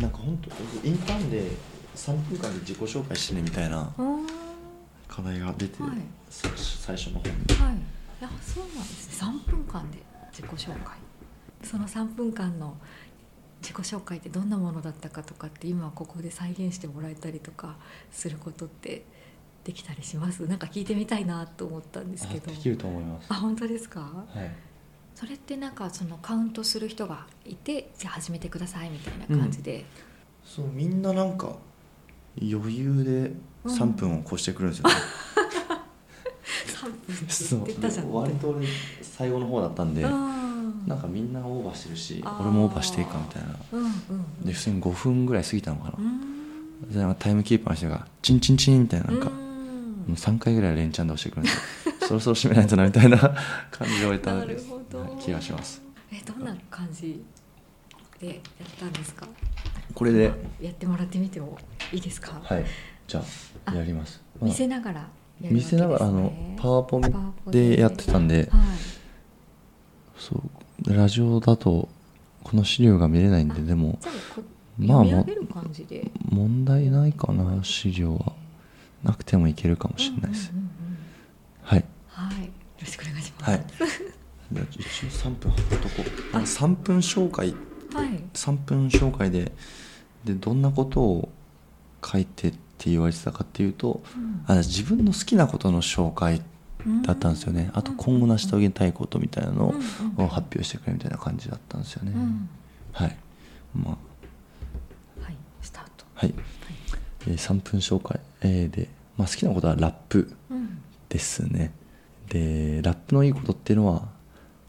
なんか本当インターンで3分間で自己紹介してねみたいなあー課題が出て、はいさ最初の方にはいあそうなんですね3分間で自己紹介その3分間の自己紹介ってどんなものだったかとかって今ここで再現してもらえたりとかすることってできたりしますなんか聞いてみたいなと思ったんですけあどできると思いますあ本当ですかはいそれってなんかそのカウントする人がいてじゃあ始めてくださいみたいな感じで、そうみんななんか余裕で3分を越してくるんですよね、 3そう分って言ってたじゃん割と俺最後の方だったんで、うんなんかみんなオーバーしてるしあー俺もオーバーしていいかみたいなうんうんで普通に5分ぐらい過ぎたのかうな、んでなんかタイムキーパーの人がチンチンチンみたいななんか、うもんう3回ぐらい連チャンで押 してくるんですよそろそろ締めないとなみた いな感じで終えたなんるですほど、はい気がしますえどんな感じでやったんですかこれでやってもらってみてもいいですか、はいじゃああやります、まあ見せながらやるわけ見せながらあのパワーポパワーンポででやってたんではいそうラジオだとこの資料が見れないんであでもじゃあこまあ読み上げる感じで問題ないかな資料はなくてもいけるかもしれないです、うんうんうんうんはいはいよろしくお願いします はいじゃあ一応3分ほっとこうなんか3分紹介はい3分紹介ででどんなことを書いてって言われてたかっていうとうんあ自分の好きなことの紹介だったんですよねあと今後成し遂げたいことみたいなのをうんうんを発表してくれみたいな感じだったんですよね、うんはいまあはいスタートはい、はいえー3分紹介、えーで、まあ、好きなことはラップうんですねでラップのいいことっていうのは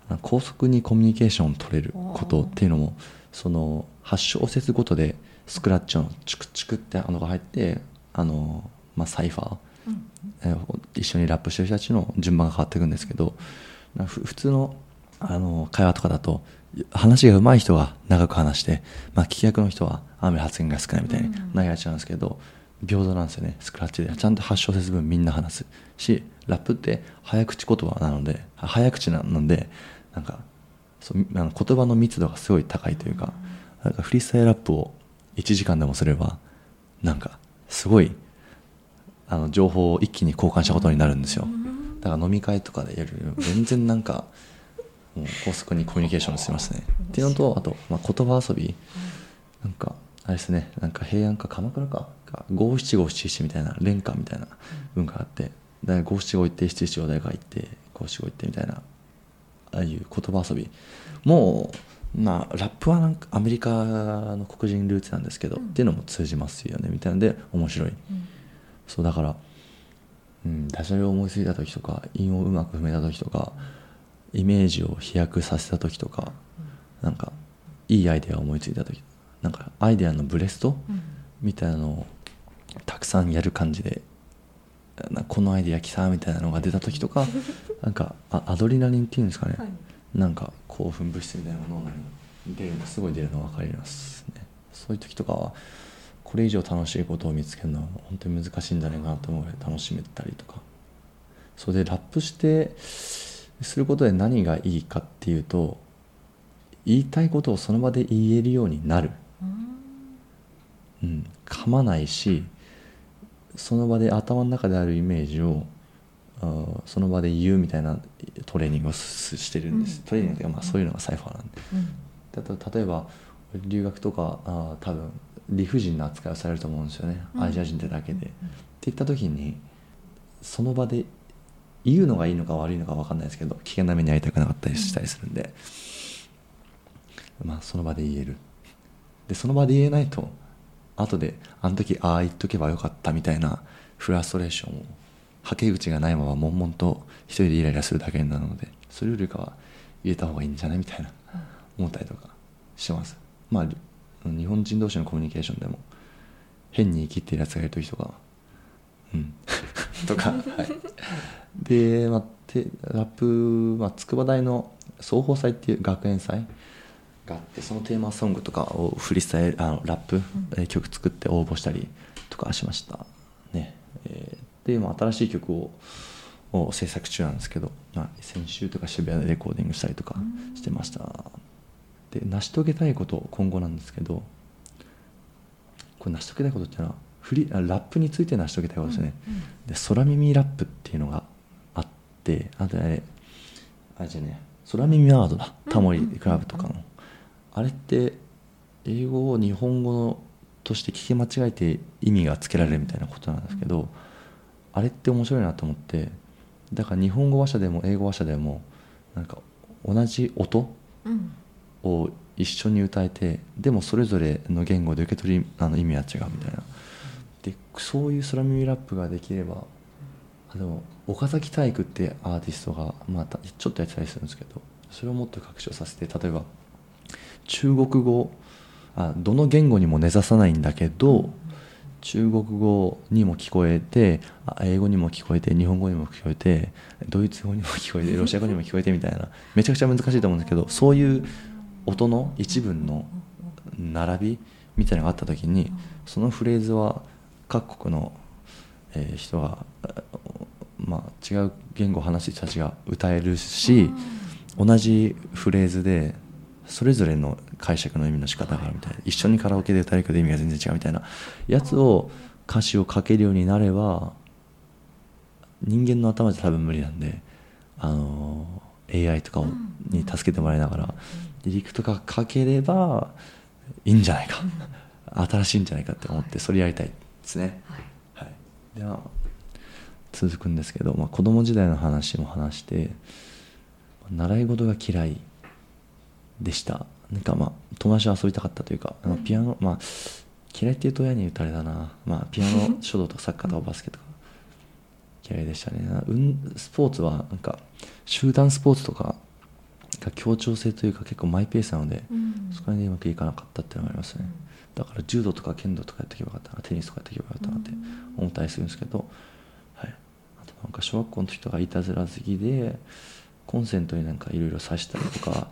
あの高速にコミュニケーションを取れることっていうのもその8小節ごとでスクラッチのチクチクってあのが入ってあの、まあ、サイファーうんえー一緒にラップしてる人たちの順番が変わっていくんですけどなふ普通のあの会話とかだと話が上手い人は長く話して、まあ、聞き役の人はあんまり発言が少ないみたいにうんなりがちなんですけど、平等なんですよねスクラッチでちゃんと8小節分みんな話すしラップって早口言葉なのであ早口なのでなんかそうあの言葉の密度がすごい高いというか,、なんかフリースタイルラップを1時間でもすればなんかすごいあの情報を一気に交換したことになるんですようんだから飲み会とかでやるより全然なんかもう高速にコミュニケーションしてますねっていうのとあと、まあ、言葉遊びなんかあれですねなんか平安か鎌倉か五七五七七みたいな連歌みたいな文化があってだ五七五一定七七五題が一定五七五一定みたいなああいう言葉遊びもうまあラップはなんかアメリカの黒人ルーツなんですけど、うんっていうのも通じますよねみたいなので面白いうんそうだから、うん、ダジャレを思いついた時とか韻をうまく踏めた時とかイメージを飛躍させた時とかなんかいいアイデアを思いついた時なんかアイデアのブレストうんみたいなのをたくさんやる感じでなこのアイデア来たみたいなのが出た時とかなんかあアドリナリンっていうんですかね、はいなんか興奮物質みたいなものが出るのすごい出るの分かりますねそういう時とかはこれ以上楽しいことを見つけるのは本当に難しいんじゃないかなと思うぐらい楽しめたりとかそれでラップしてすることで何がいいかっていうと言いたいことをその場で言えるようになる、うんうん、噛まないしその場で頭の中であるイメージをあーその場で言うみたいなトレーニングをすしてるんです、うんトレーニングっていうか、まあ、そういうのがサイファーなんでうんだと例えば留学とかあー多分理不尽な扱いをされると思うんですよね、うんアジア人ってだけで。うんって言った時にその場で言うのがいいのか悪いのか分かんないですけど危険な目に遭いたくなかったりしたりするんで、まあその場で言えるでその場で言えないと後であの時ああ言っとけばよかったみたいなフラストレーションをはけ口がないまま悶々と一人でイライラするだけになるのでそれよりかは言えた方がいいんじゃないみたいな思ったりとかしてますまあり日本人同士のコミュニケーションでも変に生きてるやつがいる時とかうん とか、はい、で、まあ、てラップ、まあ、筑波大の総合祭っていう学園祭があってそのテーマソングとかをフリースタイルあのラップ、えー曲作って応募したりとかしましたね、えーで、まあ、新しい曲をを制作中なんですけど、まあ、先週とか渋谷でレコーディングしたりとかしてました、で成し遂げたいこと今後なんですけどこれ成し遂げたいことっていうのはフリあラップについて成し遂げたいことですね、うんうんで空耳ラップっていうのがあってあとあれあれじゃねえ空耳アワードだタモリクラブとかの、あれって英語を日本語のとして聞き間違えて意味がつけられるみたいなことなんですけど、あれって面白いなと思ってだから日本語話者でも英語話者でもなんか同じ音うんを一緒に歌えてでもそれぞれの言語で受け取りあの意味は違うみたいなでそういう空耳ラップができればあでも岡崎体育ってアーティストが、まあ、たちょっとやってたりするんですけどそれをもっと拡張させて例えば中国語あどの言語にも根ざさないんだけど中国語にも聞こえてあ英語にも聞こえて日本語にも聞こえてドイツ語にも聞こえてロシア語にも聞こえてみたいなめちゃくちゃ難しいと思うんですけどそういう音の一文の並びみたいなのがあった時にそのフレーズは各国の、えー人が、あまあ、違う言語を話す人たちが歌えるし同じフレーズでそれぞれの解釈の意味の仕方があるみたいな一緒にカラオケで歌えるけど意味が全然違うみたいなやつを歌詞を書けるようになれば人間の頭じゃ多分無理なんで、あの AI とかをうんに助けてもらいながら離陸とか書ければいいんじゃないか新しいんじゃないかって思ってそれやりたいですね。はいはい、では続くんですけど、まあ、子供時代の話も話して習い事が嫌いでしたなんかまあ友達と遊びたかったというか、あのピアノまあ嫌いって言うと親に打たれたな、まあ、ピアノ書道とかサッカーとかバスケとか嫌いでしたね、うん、スポーツはなんか集団スポーツとかが協調性というか結構マイペースなので、うんそこら辺でうまくいかなかったっていうのがありますね、だから柔道とか剣道とかやってけばよかったなテニスとかやってけばよかったなって思ったりするんですけど、はい、あとなんか小学校の時とかいたずら好きでコンセントになんかいろいろ刺したりとか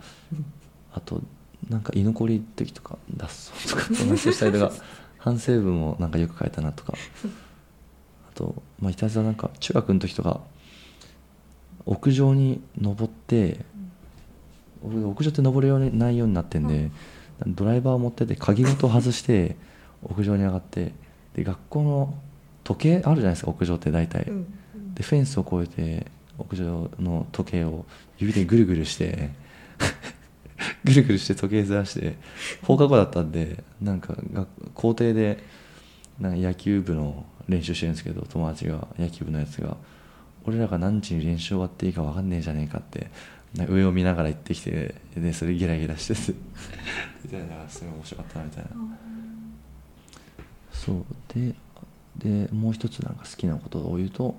あとなんか居残りの時とか脱走とか反省したりとか反省文もなんかよく書いたなとかあと、まあ、いたずらなんか中学の時とか屋上に登って俺屋上って登れようにないようになってんで、ドライバーを持ってて鍵ごと外して屋上に上がってで学校の時計あるじゃないですか屋上って大体、うんでフェンスを越えて屋上の時計を指でぐるぐるして ぐるぐるして時計ずらして放課後だったんでなんかが校庭でなんか野球部の練習してるんですけど友達が野球部のやつが俺らが何時に練習終わっていいか分かんねえじゃねえかってなんか上を見ながら行ってきてでそれギラギラしててみたいなすごい面白かったなみたいなそうででもう一つなんか好きなことを言うと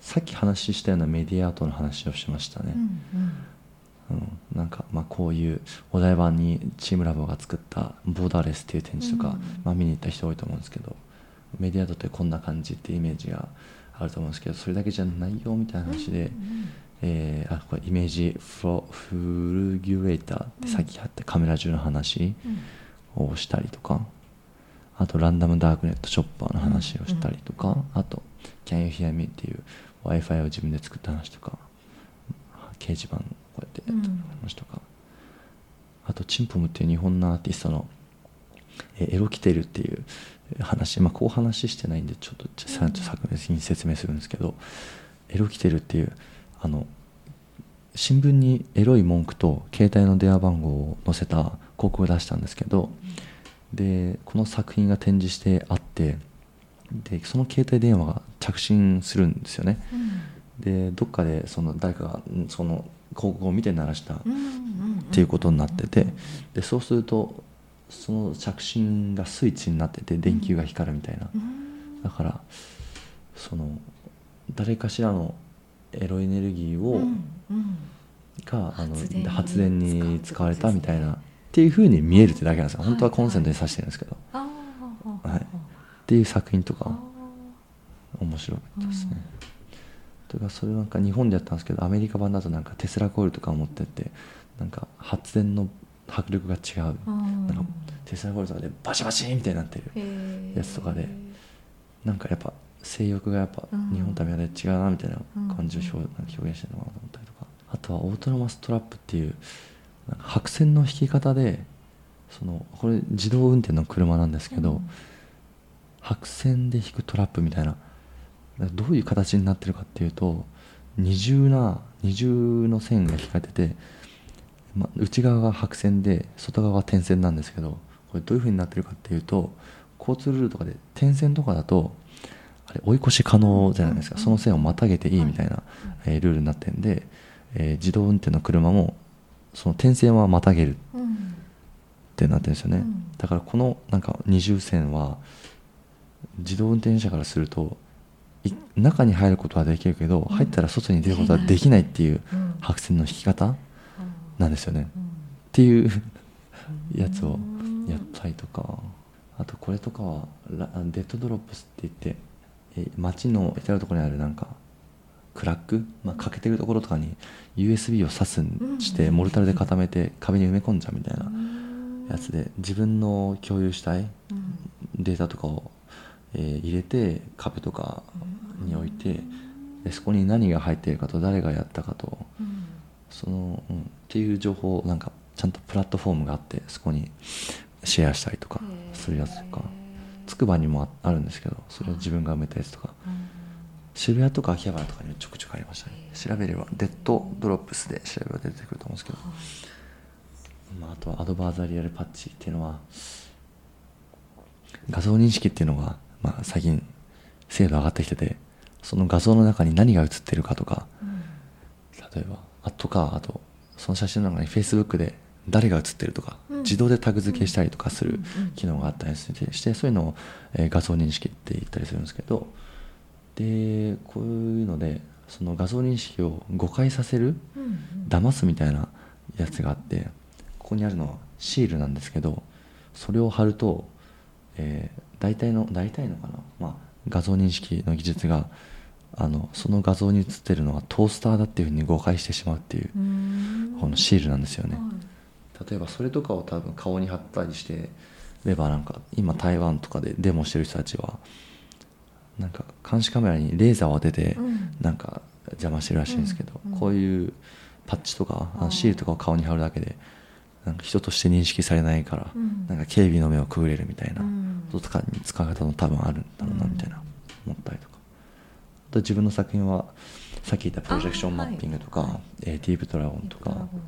さっき話したようなメディアアートの話をしましたね、うん、なんかまあこういうお台場にチームラボが作った「ボーダーレス」っていう展示とか、うんまあ、見に行った人多いと思うんですけどメディアとってこんな感じってイメージがあると思うんですけどそれだけじゃないよみたいな話で、えーあこれイメージフロフルギュレーターってさっきあったカメラ中の話をしたりとかあとランダムダークネットショッパーの話をしたりとか、あと「Can You Hear Me」っていう w i f i を自分で作った話とか掲示板こうやってやった話とか、あとチンポムっていう日本のアーティストのえーエロキテルっていう話、まあ、こう話してないんでちょっとちさちょっと作明に説明するんですけどエロキテルっていうあの新聞にエロい文句と携帯の電話番号を載せた広告を出したんですけどでこの作品が展示してあってでその携帯電話が着信するんですよねでどっかでその誰かがうんその広告を見て鳴らしたっていうことになっててでそうするとその着信がスイッチになってて電球が光るみたいなだからその誰かしらのエロエネルギーを、があの発電に発電に使う使われたみたいっなっていう風に見えるってだけなんですよはい本当はコンセントに挿してるんですけど、はいっていう作品とか面白かったですね。とかそれなんか日本でやったんですけどアメリカ版だとなんかテスラコイルとかを持ってってなんか発電の迫力が違うなんかテスラコイルとかでバシバシンみたいになってるやつとかでなんかやっぱ性欲がやっぱうん日本とアメリカで違うなみたいな感じを表,、うんなんか表現してるのかなと思ったりとかあとはオートノマストラップっていうなんか白線の引き方でそのこれ自動運転の車なんですけど、白線で弾くトラップみたいななんかどういう形になってるかっていうと二重な二重の線が引かれてて、ま、内側が白線で外側が点線なんですけどこれどういう風になってるかっていうと交通ルールとかで点線とかだとあれ追い越し可能じゃないですか、うんうんその線をまたげていいみたいな、えールールになってんで、えー自動運転の車もその点線はまたげるうんってなってるんですよね、うんだからこのなんか二重線は自動運転者からするとい中に入ることはできるけどうん入ったら外に出ることはできないっていううん白線の引き方なんですよねうんっていうやつをうんやったりとかあとこれとかはラデッドドロップスって言ってえ街の至る所にあるなんかクラック、まあ、欠けてるところとかに USB を挿すんしてうんモルタルで固めて壁に埋め込んじゃうみたいなうんやつで自分の共有したいうんデータとかを、えー入れて壁とかに置いてでそこに何が入っているかと誰がやったかとうんその、うん、っていう情報をなんかちゃんとプラットフォームがあってそこにシェアしたりとかへーするやつとかつくばにもああるんですけどそれを自分が埋めたやつとかうん渋谷とか秋葉原とかにちょくちょくありましたねへー調べればデッドドロップスで調べれば出てくると思うんですけど、はいまあ、あとはアドバーザリアルパッチっていうのは画像認識っていうのが、まあ、最近精度上がってきててその画像の中に何が映ってるかとかうん例えばあとかあとその写真の中に Facebook で誰が写ってるとか、うん自動でタグ付けしたりとかすうるんうん機能があったりしてしてそういうのを、えー画像認識って言ったりするんですけどでこういうのでその画像認識を誤解させるうんうん騙すみたいなやつがあってここにあるのはシールなんですけどそれを貼ると、えー大体の大体のかな、まあ、画像認識の技術があのその画像に写ってるのはトースターだっていうふうに誤解してしまうっていううーんこのシールなんですよねはい例えばそれとかを多分顔に貼ったりしてレバーなんか今台湾とかでデモしてる人たちはなんか監視カメラにレーザーを当てて、うんなんか邪魔してるらしいんですけど、うんうんこういうパッチとかああーのシールとかを顔に貼るだけでなんか人として認識されないから、うんなんか警備の目をくぐれるみたいな、うんこととかに使い方も多分あるんだろうなうんみたいな思ったりとかあと自分の作品はさっき言ったプロジェクションマッピングとか、あーはいえーディープドラゴンとドラかゴンと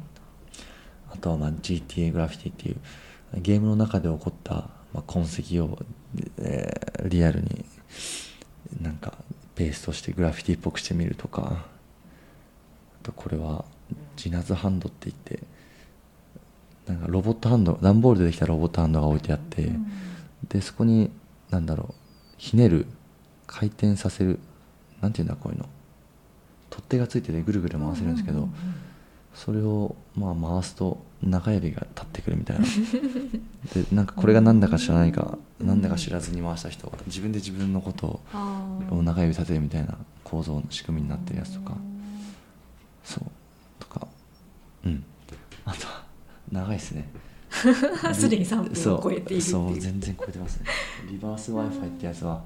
あとはまあ GTA グラフィティっていうゲームの中で起こったまあ痕跡を、えーリアルになんかペーストしてグラフィティっぽくしてみるとかあとこれはジナズハンドって言ってなんかロボットハンド段ボールでできたロボットハンドが置いてあって、うんでそこに何だろうひねる回転させるなんていうんだこういうの取っ手がついててぐるぐる回せるんですけど、ううそれをまあ回すと中指が立ってくるみたいな でなんかこれが何だか知らないかうん何だか知らずに回した人は自分で自分のことうんうんあーを中指立てるみたいな構造の仕組みになってるやつとかそうとかうんあとは長いですね すでに3分を超えているっていそうそうう全然超えてますねリバース w i f i ってやつは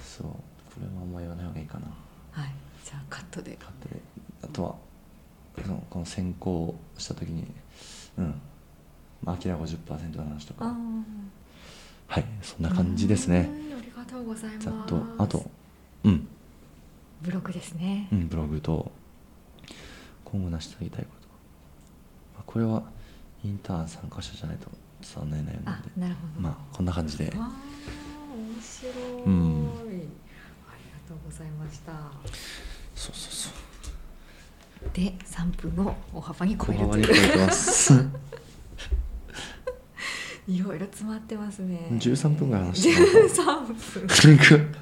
そうこれはあんま言わない方がいいかなはいじゃあカットでカットであとはそのこの先行した時にうんまあ明らか50%の話とあかはいそんな感じですねありがとうございますざっとあとうんブログですねうん、ブログと今後成し遂げたいことまあこれはインターン参加者じゃないと伝わらない内容なあんでなるほどまあこんな感じでわあ面白い、うんありがとうございましたそうそうそうで3分を大幅に超小える幅とにい超うえてます いろいろ詰まってますね13分ぐらい話してます13分なんか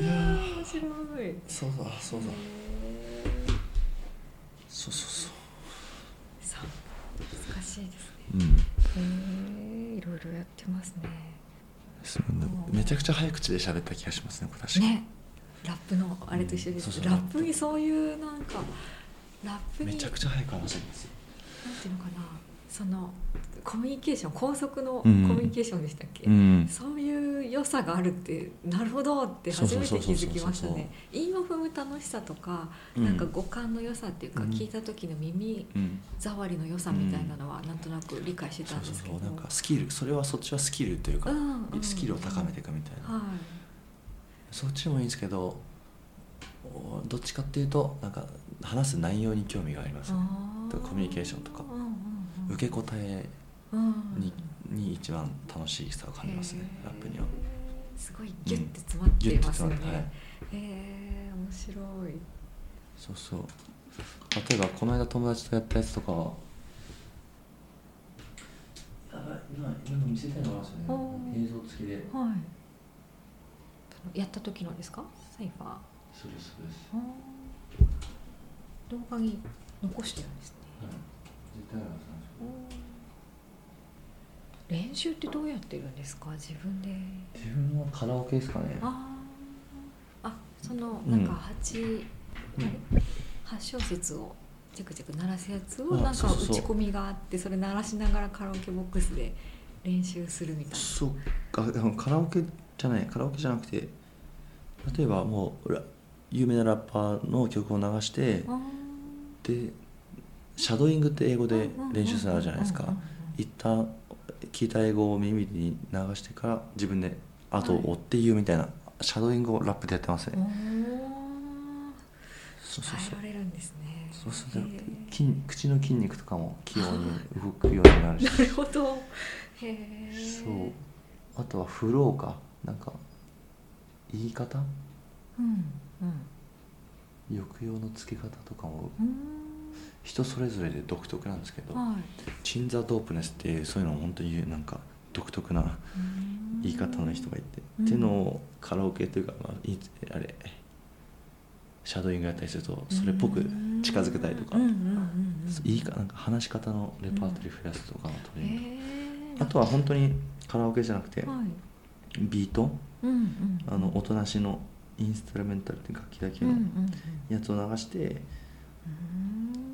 面白いそうだそうだそうそうそう3分難しいですねうんへえいろいろやってますねそうなんだめちゃくちゃ早口で喋った気がしますねこれ確かに、ねラップのあれと一緒です、うんそうそうラップにそういうなんかラップにめちゃくちゃ早く話してますなんていうのかなそのコミュニケーション高速のコうミんュニケーションでしたっけ、うんそういう良さがあるってなるほどってそう初そうめてそう気そうづきましたね韻を踏む楽しさとか、なんかうん五感の良さっていうか、うん聞いた時の耳うん触りの良さみたいなのはなんとなく理解してたんですけど、そうそうそうなんかスキルそれはそっちはスキルというか、うんうんスキルを高めていくみたいな、はそっちもいいんですけどおどっちかっていうとなんか話す内容に興味がありまい、すねあとかコミュニケーションとかうんうんうん受け答えうんに,、に一番楽しさを感じますねへーラップにはすごいギュッて詰まっていますよね、ギュッて詰まってはいへえ面白いそうそう例えばこの間友達とやったやつとかは今今の見せたいのがあるんですよねおー映像付きではいやった時のですかサイファーそうですそうです動画に残してるんですね絶対あるはずなんです練習ってどうやってるんですか自分で自分はカラオケですかねあーあそのうんなんか八、うんあれ八小節をチェクチェク鳴らすやつをあなんかそう打そうそうち込みがあってそれ鳴らしながらカラオケボックスで練習するみたいなそうかでもカラオケじゃないカラオケじゃなくて例えばもうラ有名なラッパーの曲を流してあでシャドーイングって英語ーで練習するのあるじゃないですうんうかんうん一旦聞いた英語を耳に流してから自分で後を追って言うみたいな、シャドーイングをラップでやってますうんうね、んおーそうそうそ鍛うえられるんですねそうそうへー筋口の筋肉とかも器用 に動くようになるしなるほど。へえ。そうあとはフローかなんか言い方うんうん。抑揚のつけ方とかもうーん。人それぞれで独特なんですけどはい。チンザ・ドープネスっていうそういうの本当になんか独特なうーん言い方の人がいて、うんっていうのをカラオケというか、まあ、いあれシャドーイングやったりするとそれっぽく近づけたりとか、うんうんうんうん。いいかなんか話し方のレパートリー増やすとかのトレーニング、へえ。あとは本当にカラオケじゃなくて、はい。ビートうんうん。あの音なしのインストゥルメンタルっていう楽器だけうんうのんうん。やつを流してう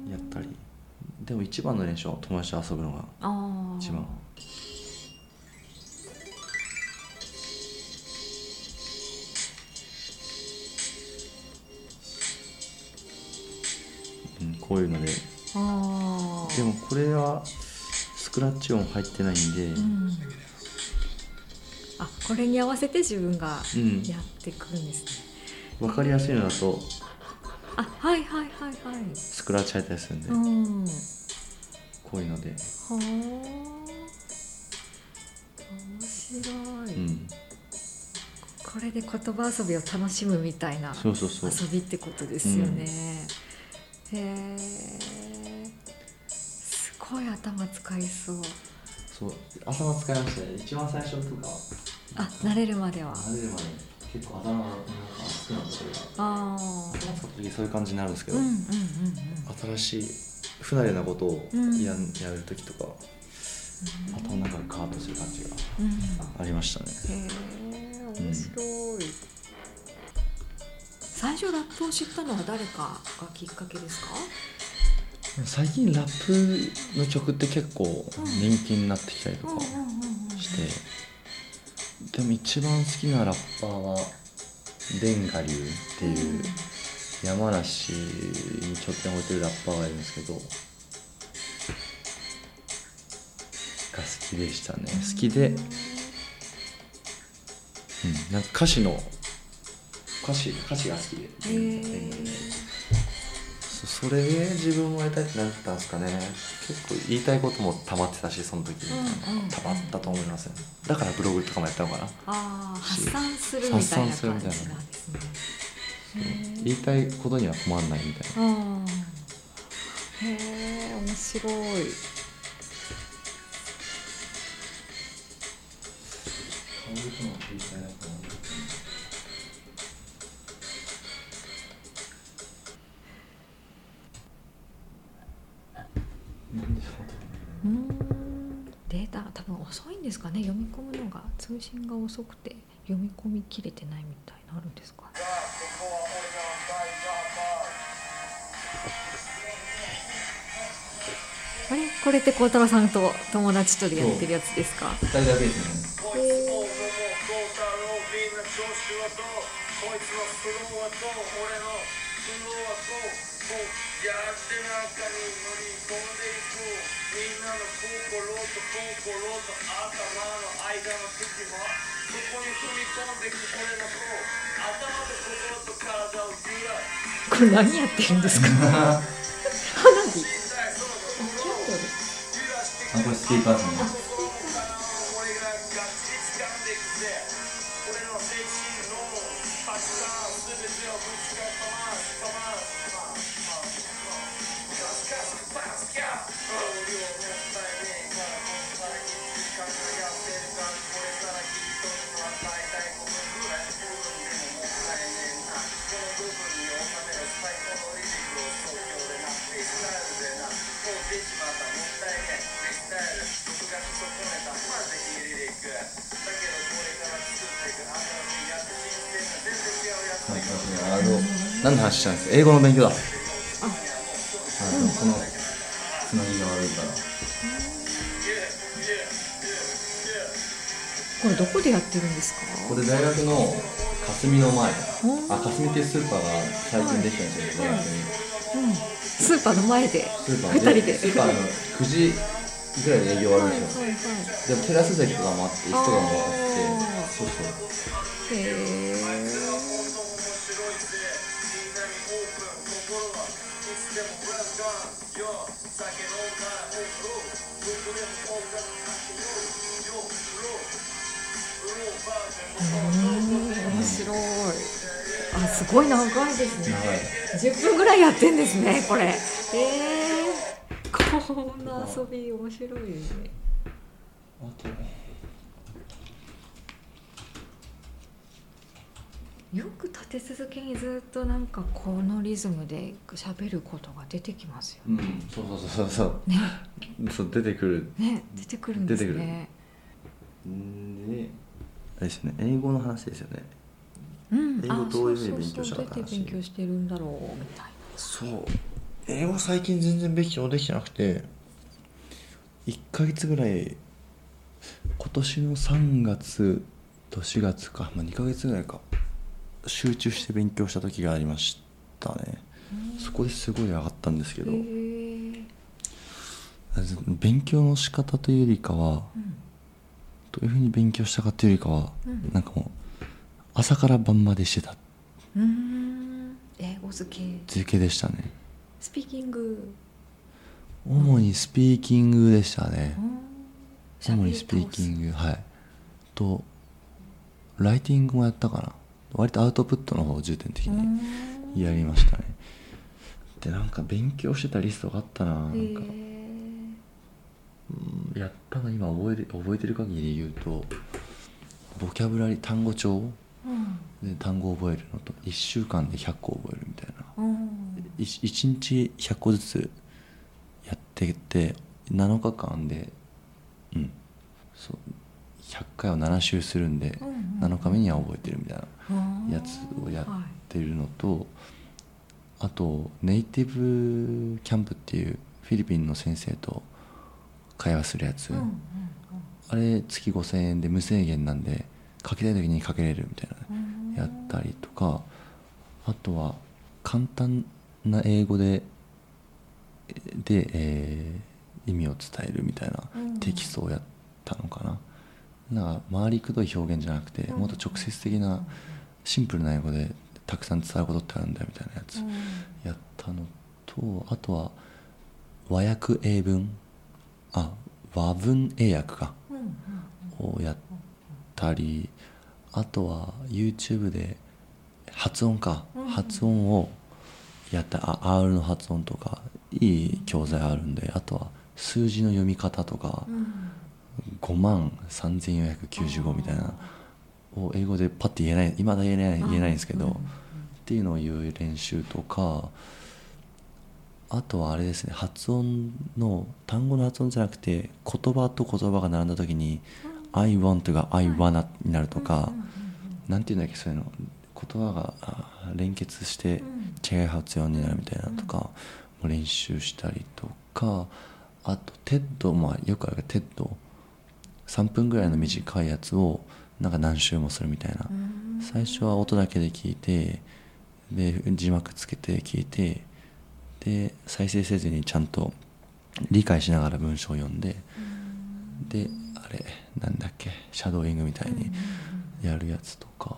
ーんやったり、。でも一番の練習は友達と遊ぶのがああ。一番。うん、こういうのでああ。でも。これはスクラッチ音入ってないんで、うん。あ、これに合わせて自分がうんやっていくんですね。分かりやすいのだとあ、はいはいはいはい。スクラッチ入ったりするんで、うん。こういうので、はあ面白い、うん、これで言葉遊びを楽しむみたいなそうそうそう遊びってことですよね、へえすごい頭使いそうそう頭使いましたね一番最初とかあ慣れるまでは慣れるまで結構頭が熱くなってるああ頭使った時そういう感じになるんですけうんど、うんうん新しい不慣れなことをうんや,、やる時とか頭の中がカーッとする感じがうんうんありましたねへえ面白い、最初ラップを知ったのは誰かがきっかけですか最近ラップの曲って結構人気になってきたりとかして、でも一番好きなラッパーは殿下流っていう山梨に拠点を置いてるラッパーがいるんですけどが好きでしたね好きで、うん、なんか歌詞の歌詞歌詞が好きでへーそそれで自分もやりたいってなってたんですかね結構言いたいことも溜まってたしその時に、うんうん溜まったと思いますねだからブログとかもやったのかなああ発散するみたいな感じなんですね。へ言いたいことには困んないみたいなーうんへえ面白い。うーんデータが多分遅いんですかね読み込むのが通信が遅くて読み込みきれてないみたいなのあるんですかね。あれこれって孝太郎さんと友達とでやってるやつですか2人だけですねこいつも俺もトータルをみんな調子はどうこいつのスローはどう俺のスローはどうこうやってる中に乗り込んでいこうみんなの心と心と頭の間の隙間そこに踏み込んでいく俺のこう頭と心と体を揺らす これ何やってるんですか花火あこれスピーカーですねはいはいはいあの何の話したんですか英語の勉強だあでもこのつなぎが悪いからこれどこでやってるんですかこれ大学の霞の前んあ霞っていうスーパーが最近できたんですよ大学にうん、スーパーの前でスーパ二ー人ででスーパーの9時ぐらいで営業終わるんですよでもテラス席とかもあって椅子とかもああーってそうそうへえ面白いあすごい長いですね長い10分ぐらいやってんですねこれえー、こんな遊び面白いですねあとよく立て続けにずっとなんかこのリズムで喋ることが出てきますようんそうそうそうそう ねそう出てくるね出てくるんです出てくねんであれですよね英語の話ですよねうん英語あどういうふうに勉強そそそしたかどうやって勉強してるんだろうみたいなそう英語最近全然勉強できてなくて1ヶ月ぐらい今年の3月と4月か、まあ、2ヶ月ぐらいか集中して勉強した時がありましたねそこですごい上がったんですけどへえ勉強の仕方というよりかはうんどういうふうに勉強したかというよりかは、うんなんかもう朝から晩までしてたうーん英語好き続けでしたねスピーキング主にスピーキングでしたね、しゃ主べにりスピー倒キすングはいとライティングもやったかな割とアウトプットの方を重点的うーにんやりましたねでなんか勉強してたリストがあったななんへか、えうんやったの今覚えて覚えてる限り言うとボキャブラリー単語帳うんで単語を覚えるのと1週間で100個覚えるみたいなうんい1日100個ずつやってって7日間でうんそう100回を7周するんで、うんうん7日目には覚えてるみたいなやつをやはってるのと、あとネイティブキャンプっていうフィリピンの先生と会話するやつ、いうんうんあれ月5000円で無制限なんでかけたい時にかけれるみたいなね、うんやったりとかあとは簡単な英語でで、えー意味を伝えるみたいなうんテキストをやったのかな。なんか回りくどい表現じゃなくて、うんもっと直接的なシンプルな英語でたくさん伝わることってあるんだよみたいなやつうんやったのとあとは和訳英文あ和文英訳かうんうんをやったりあとは YouTube で発音か、うん発音をやったあ R の発音とかいい教材あるんであとは数字の読み方とかう、ん5万3495みたいなを英語でパッて言えないいまだ言えない言えないんですけど、うんっていうのを言う練習とかあとはあれですね発音の単語の発音じゃなくて言葉と言葉が並んだ時に「I want」が「I wanna」になるとか、なんていうんだっけそういうの言葉があ連結してうん違う発音になるみたいなとかも練習したりとかあとテッドまあよくあるテッド3分ぐらいの短いやつをなんか何周もするみたいな、うん最初は音だけで聞いてで字幕つけて聞いてで再生せずにちゃんと理解しながら文章を読んでであれなんだっけシャドーイングみたいにやるやつとか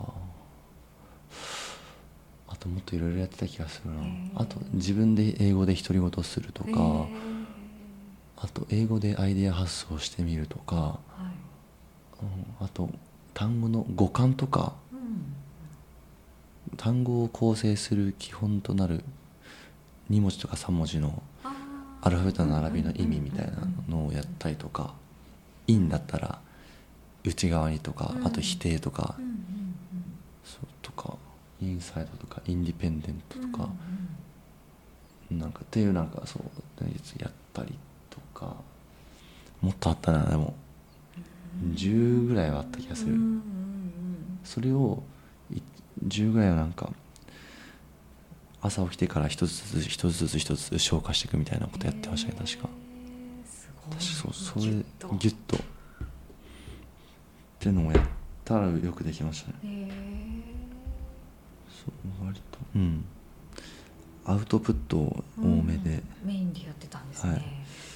あともっといろいろやってた気がするなへえあと自分で英語で独り言するとへかーあと英語でアイデア発想してみるとか、はいうんあと単語の語感とかうん単語を構成する基本となる2文字とか3文字のあーアルファベットの並びの意味みたいなのをやったりとか「in」だったら内側にとかうんあと否定とかうんうんうんそうとかインサイドとかインディペンデントとかなんかっていうなんかそうやったりとかもっとあったなでも10ぐらいはあった気がすうんうんうんうる。んそれをい10ぐらいはなんか朝起きてから一つずつ一つずつ一つずつ消化していくみたいなことやってましたね確かへーすごい私そうそれギギュュッとッとっていうのをやったらよくできましたねへーそう割とうんアウトプットを多めで、うんメインでやってたんですね、はい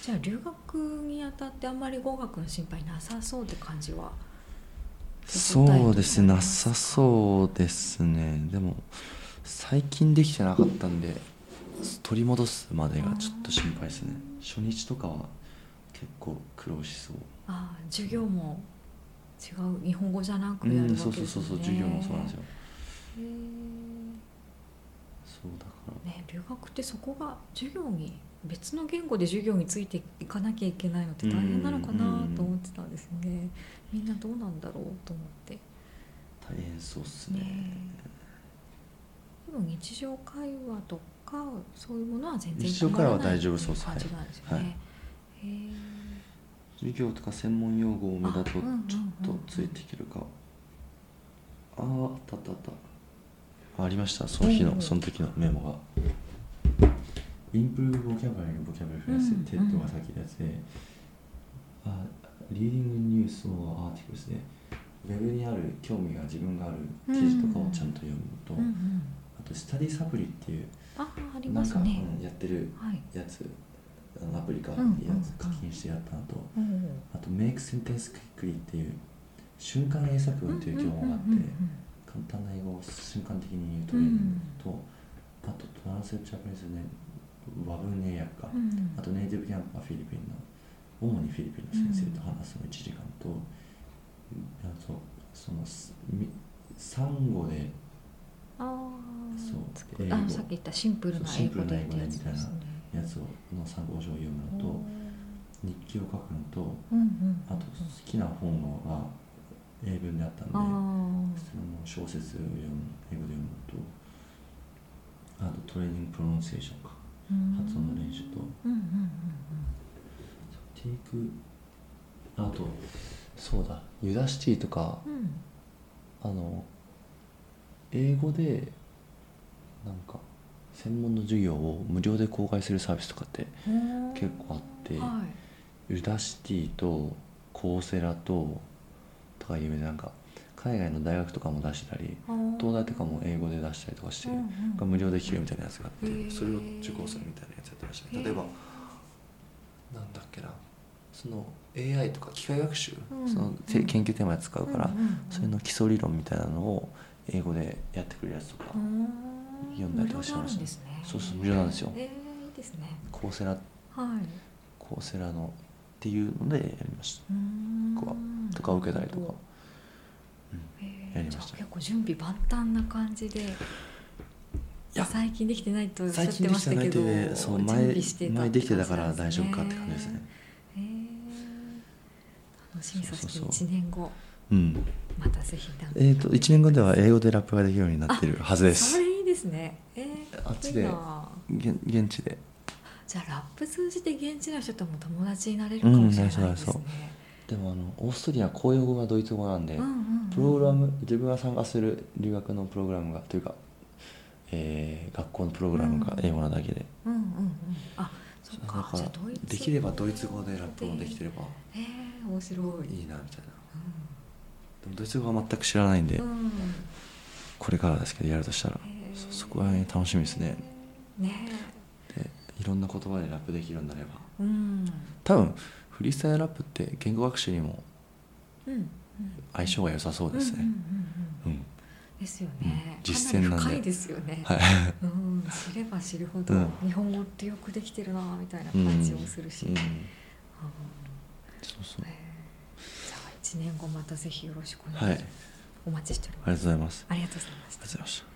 じゃあ留学にあたってあんまり語学の心配なさそうって感じはそうですねなさそうですねでも最近できてなかったんで取り戻すまでがちょっと心配ですね初日とかは結構苦労しそうあー授業も違う日本語じゃなうくやるわけんですそねうそうそうそう授業もそうなんですよへーそうだからね留学ってそこが授業に別の言語で授業についていかなきゃいけないのって大変なのかなと思ってたんですねみんなどうなんだろうと思って大変そうっすねねでも日常会話とかそういうものは全然日常会話は大丈夫そうです感じなんですよはいねへー授業とか専門用語を目だとちあょうんうんうんうんっとついていけるかあああったあったあったあありましたその日うんうのんその時のメモがインプルーブボキャブラリーのボキャブラリーフレーうんうズんテッドが先のやつであリーディングニュースのアーティクルですねウェブにある興味が自分がある記事とかをちゃんと読むのと、うんうんあとスタディサプリっていうあありなまんすか、ねうんやってるはいやつあのアプリかいいうんうんやつ課金してやったのと、おーあと「Make Sentence Quickly」っていう瞬間英作文という教本があって、うんうんうんうん簡単な英語を瞬間的に言うトレーニングと、あとトランスジャパニーズね和文英訳か、うんあとネイティブキャンパーフィリピンの主にフィリピンの先生と話すの1時間と、あとその3語であーそうつ英語あさっき言ったシンプルなそうシ英ンプ語ルなでっ英語てでやつみたいでなすねやつをの参考書を読むのとおー日記を書くのとうんうんあと好きな本が英文であったんであーその小説を読む英語で読むのとあとトレーニングプロナンセーションかうん発音の練習とうんうんテイクあとそうだユダシティとかうんうんあの英語でなんか専門の授業を無料で公開するサービスとかってうん結構あって、はいユダシティとコーセラととかいうなんか海外の大学とかも出したりあー東大とかも英語で出したりとかして、うんうんが無料で聴けるみたいなやつがあっへーてそれを受講するみたいなやつやってましたへーね例えばなんだっけなその AI とか機械学習、うんそのて研究テーマで使うから、うんうんうんそれの基礎理論みたいなのを英語でやってくるやつとか、読読んだりとかし無料であましるんたですねそうそう無料なんですよえー、いいですねコーセラはいコーセラのっていうのでやりましうーんたとかとか受けたりとなるかほどえーやりましたじゃあ結構準備万端な感じでいや最近できてないとおっしゃ最っ近てでまきしてたないけってどねそう準前備してた前ってできてた感じからなん大す丈ね夫かって感じですねへー楽しみそそうしそうてそう1年後うんまたぜひなんかえっ、と1年後では英語でラップができるようになってるはずでそすれいいですねえー、あっちいでいな現現地でじゃあラップ通じて現地の人とも友達になれるかもしれないですねうんなりそうなりそうでもあのオーストリアは公用語がドイツ語なんで、うんうんうんプログラム自分が参加する留学のプログラムがというか、えー学校のプログラムが英語なだけで、うんうんうんあそっだかかじゃらあドイツ語できればドイツ語でラップもできてればえー、面白いいいなみたいなでもドイツ語は全く知らないんで、うん、うんこれからですけどやるとしたら、へーそそこは、ね、楽しみですねねでいろんな言葉でラップできるようになればえうん多分フリースタイルラップって言語学習にもうんうん相性が良さそうですねうんうんうんうんうん、ですよね、うんかな実践りなんで深いですよね、はいうん、知れば知るほど、うん日本語ってよくできてるなみたいな感じもするし、うんうんそうそうえーじゃあ1年後またぜひよろしくおはいあ願いりします、お待ちしておりがとまうすございますあありがとうございましりたがとうございました